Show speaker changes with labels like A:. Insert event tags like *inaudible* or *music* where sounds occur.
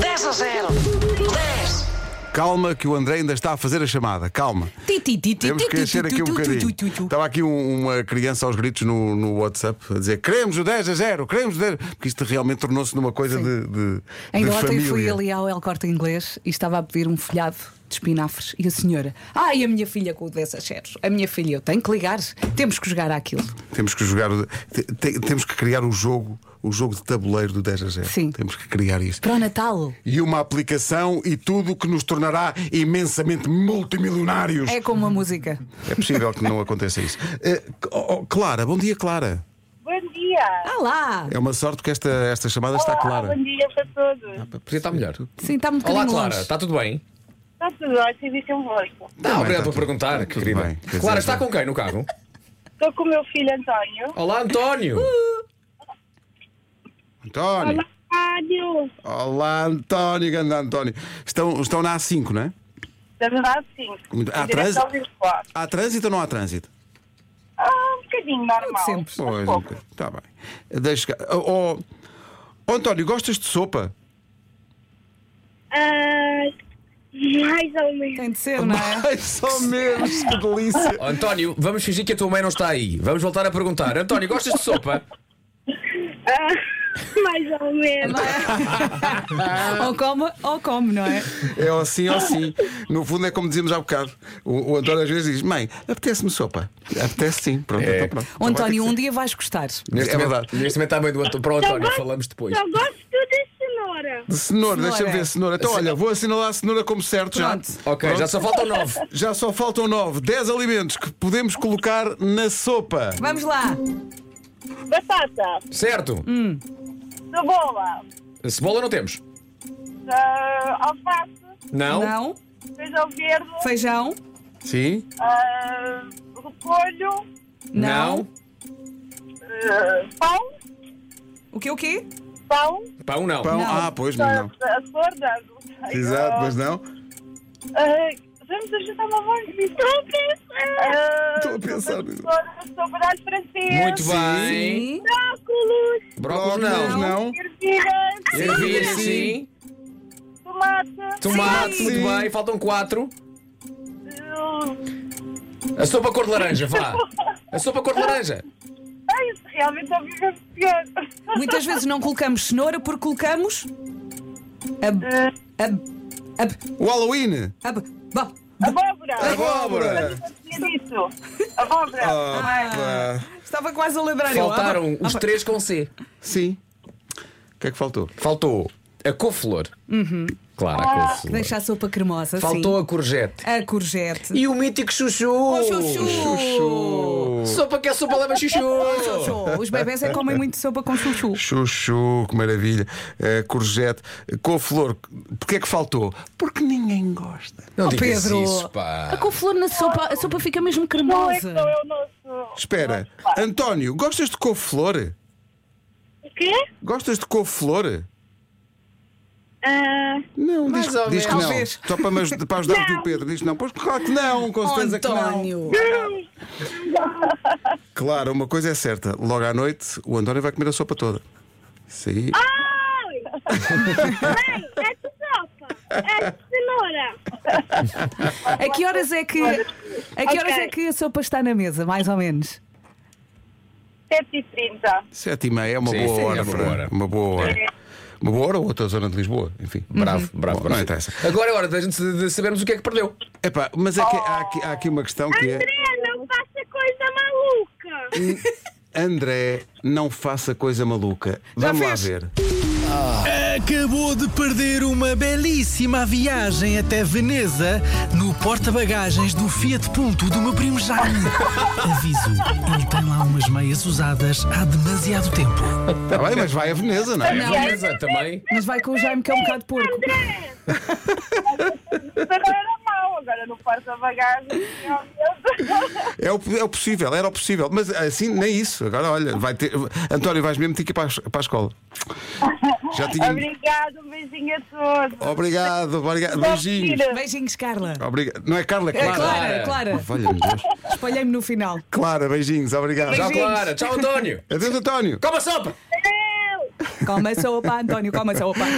A: 3 a 0. 10.
B: Calma que o André ainda está a fazer a chamada, calma.
C: Ti, ti, ti, ti,
B: Temos
C: ti,
B: que
C: ti,
B: encher
C: ti,
B: aqui um
C: tu, tu,
B: bocadinho.
C: tu, tu, tu.
B: Estava aqui um- uma criança aos gritos no, no WhatsApp a dizer queremos o 10 a 0, queremos o 10. Porque isto realmente tornou-se numa coisa de, de,
C: Ainda
B: de
C: ontem
B: família.
C: fui ali ao El Corte Inglês e estava a pedir um folhado de espinafres. E a senhora, ai, a minha filha com o 10 a 0. A minha filha, eu tenho que ligar, temos que jogar àquilo.
B: Temos que jogar, o- te- te- temos que criar o jogo, o jogo de tabuleiro do 10 a 0.
C: Sim.
B: Temos que criar isto.
C: Para o Natal.
B: E uma aplicação e tudo que nos tornará imensamente multimilionários.
C: É como a música.
B: É possível que não aconteça isso. Eh, oh, oh, Clara, bom dia, Clara.
D: Bom dia!
C: Ah lá!
B: É uma sorte que esta, esta chamada está clara.
D: bom dia para todos.
E: Podia estar melhor.
C: Sim, está um bocadinho
E: Olá, Clara, Tá
C: longe.
E: está tudo bem?
D: Está tudo ótimo e um vosso.
E: Tá, obrigado
B: está
E: por perguntar,
B: tudo
E: querida.
B: bem, quer
E: Clara,
B: dizer,
E: está com quem no carro?
D: Estou com o meu filho António.
E: Olá, António!
B: António.
D: Rádio!
B: Olá, António, grande António. Estão, estão na A5, não é?
D: Da verdade, sim.
B: Muito- há
D: Em direção
B: trânsito?
D: ao Lisboa.
B: Há trânsito ou não há trânsito?
D: Ah, um bocadinho normal.
C: Sempre.
D: Mas
B: um
D: pouco.
B: bocado. está bem. Deixa cá. Oh, oh, António, gostas de sopa?
D: Ah, mais ou menos.
C: Tem de ser, não é?
B: *laughs* Ai, só menos, que delícia.
E: Oh, António, vamos fingir que a tua mãe não está aí. Vamos voltar a perguntar. António, gostas de sopa?
D: Ah, *laughs* mais ou menos.
C: ou come, ou come, não é?
B: É ou sim ou sim. No fundo é como dizíamos há bocado. O, o António às vezes diz: Mãe, apetece-me sopa. Apetece sim. Pronto,
E: É.
B: então pronto.
C: O António,
B: Então vai
C: um
B: ter que
C: dia vais gostar.
B: Neste
E: momento-
B: verdade.
E: Neste momento está bem do Anto- para o António,
D: gosto-
E: falamos depois.
D: Só gosto da cenoura.
B: ser. De cenoura, deixa-me
C: Cenoura. é.
B: ver cenoura. Então, olha, vou assinalar a cenoura como certo
C: Pronto.
B: já.
E: Ok, já só faltam nove.
B: Já só faltam nove, dez alimentos que podemos colocar na sopa.
C: Vamos lá!
D: Batata.
E: Certo?
D: Cebola.
E: Cebola não temos?
D: ah, alface.
E: Não.
C: Não,
D: Feijão verde.
C: feijão,
B: Sim?
D: ah, repolho.
C: não.
E: Não.
D: ah, pão.
C: O que o quê?
D: Pão.
E: Pão não.
B: Pão?
C: Não.
B: Ah, pois, mas
D: A,
B: não.
D: a sorda. não sei.
B: Exato,
D: Ah,
B: mas não.
D: Ah, Vamos ajudar uma voz. Estou a pensar.
B: Estou a pensar.
D: Sobrado francês.
E: Muito bem.
C: Sim.
D: Brócolos.
E: Brócolis
B: Brócolis,
E: não.
B: não.
D: Ervilhas.
E: Ervilhas
B: Sim.
E: sim.
D: Tomate.
E: Tomate,
B: Sim.
E: muito
B: Sim.
E: bem. Faltam quatro.
D: ah,
E: A sopa cor de laranja, *laughs* vá. A sopa cor de laranja.
D: Ai, isso realmente é viver pior.
C: Muitas vezes não colocamos cenoura porque colocamos. A.
D: Ah,
C: a. a.
B: O Halloween.
C: a. ba-
D: Ah, Abóbora.
B: Abóbora.
D: Eu tinha dito. Abóbora.
B: Ah, pá.
C: Estava quase a lembrar eu.
E: Faltaram um-
C: Ah,
E: os
C: pá.
E: três com C.
B: Sim. O que é que faltou?
E: Faltou a couve-flor. Claro, a couve-flor.
C: Uhum. Ah, Deixa assim. a sopa cremosa.
E: Faltou
C: sim.
E: a courgette.
C: a courgette.
E: E o mítico chuchu.
C: Oh, chuchu.
E: Sopa que é sopa leva chuchu.
C: Chuchu. Os bebés é que comem muito sopa com chuchu.
B: Chuchu, que maravilha. Eh, courgette. Couve-flor. Porquê é que faltou? Porque ninguém gosta.
E: Não
C: Oh,
E: digas
C: Pedro,
E: isso, pá.
C: a couve-flor na sopa, a sopa fica mesmo
D: Não é que
C: cremosa.
D: não é o nosso.
B: Espera.
D: nosso pai.
B: António, gostas de couve-flor?
D: O quê?
B: Gostas de couve-flor?
D: Ah,
B: Não,
E: Mais
B: diz,
E: ou
B: diz que
E: menos.
B: não.
C: Talvez.
B: Só para, me aj- para ajudar aqui o Pedro. Diz que não. Pois claro que não, com certeza que não.
C: António.
B: Claro, uma coisa é certa. Logo à noite, o António vai comer a sopa toda. Isso aí.
D: Ai! *laughs* Mãe, é de sopa! É de cenoura!
C: A que horas é que a que horas
D: Ok.
C: é que a sopa está na mesa, mais ou menos?
D: 7h30.
B: Sete e meia é uma
E: Sim,
B: boa
E: sim,
B: hora,
E: é uma
B: Fran.
E: boa hora. É.
B: Uma boa hora. Uma boa hora ou outra zona de Lisboa, enfim.
E: Bravo, bravo,
B: Bom,
E: bravo.
B: não interessa.
E: Agora é hora da gente de sabermos o que é que perdeu.
B: Epá, mas é que há, aqui, há aqui uma questão que é
D: não faça coisa maluca!
B: André, não faça coisa maluca. Vamos lá
C: fez.
B: ver.
F: Acabou de perder uma belíssima viagem até Veneza no porta-bagagens do Fiat Punto do meu primo Jaime. Aviso, ele tem lá umas meias usadas há demasiado tempo.
B: Está Tá bem, mas vai a Veneza, não é?
C: Não.
E: Beleza, também.
C: Mas vai com o Jaime que é um bocado porco.
D: Agora era mau, agora não faça bagagem.
B: É o, é o possível, era o possível. Mas assim, nem isso. Agora, olha, vai ter. António, vais mesmo ter que ir para a, es- para a escola. Já tinha.
D: Obrigado, um beijinho a todos.
B: Obrigado, obrigado. Beijinhos.
D: Filha,
C: Beijinhos, Carla.
B: Obrigado. Não é Carla, é
C: É
B: Clara.
C: Clara, Clara.
B: Valha-me Deus.
C: Espalhei-me no final.
B: Clara, beijinhos, obrigado.
E: Tchau,
C: Beijinhos. *laughs*
E: Clara. Tchau, António.
B: Adeus, António.
E: Coma sopa.
D: eu-
C: Calma a sopa, António, calma a sopa.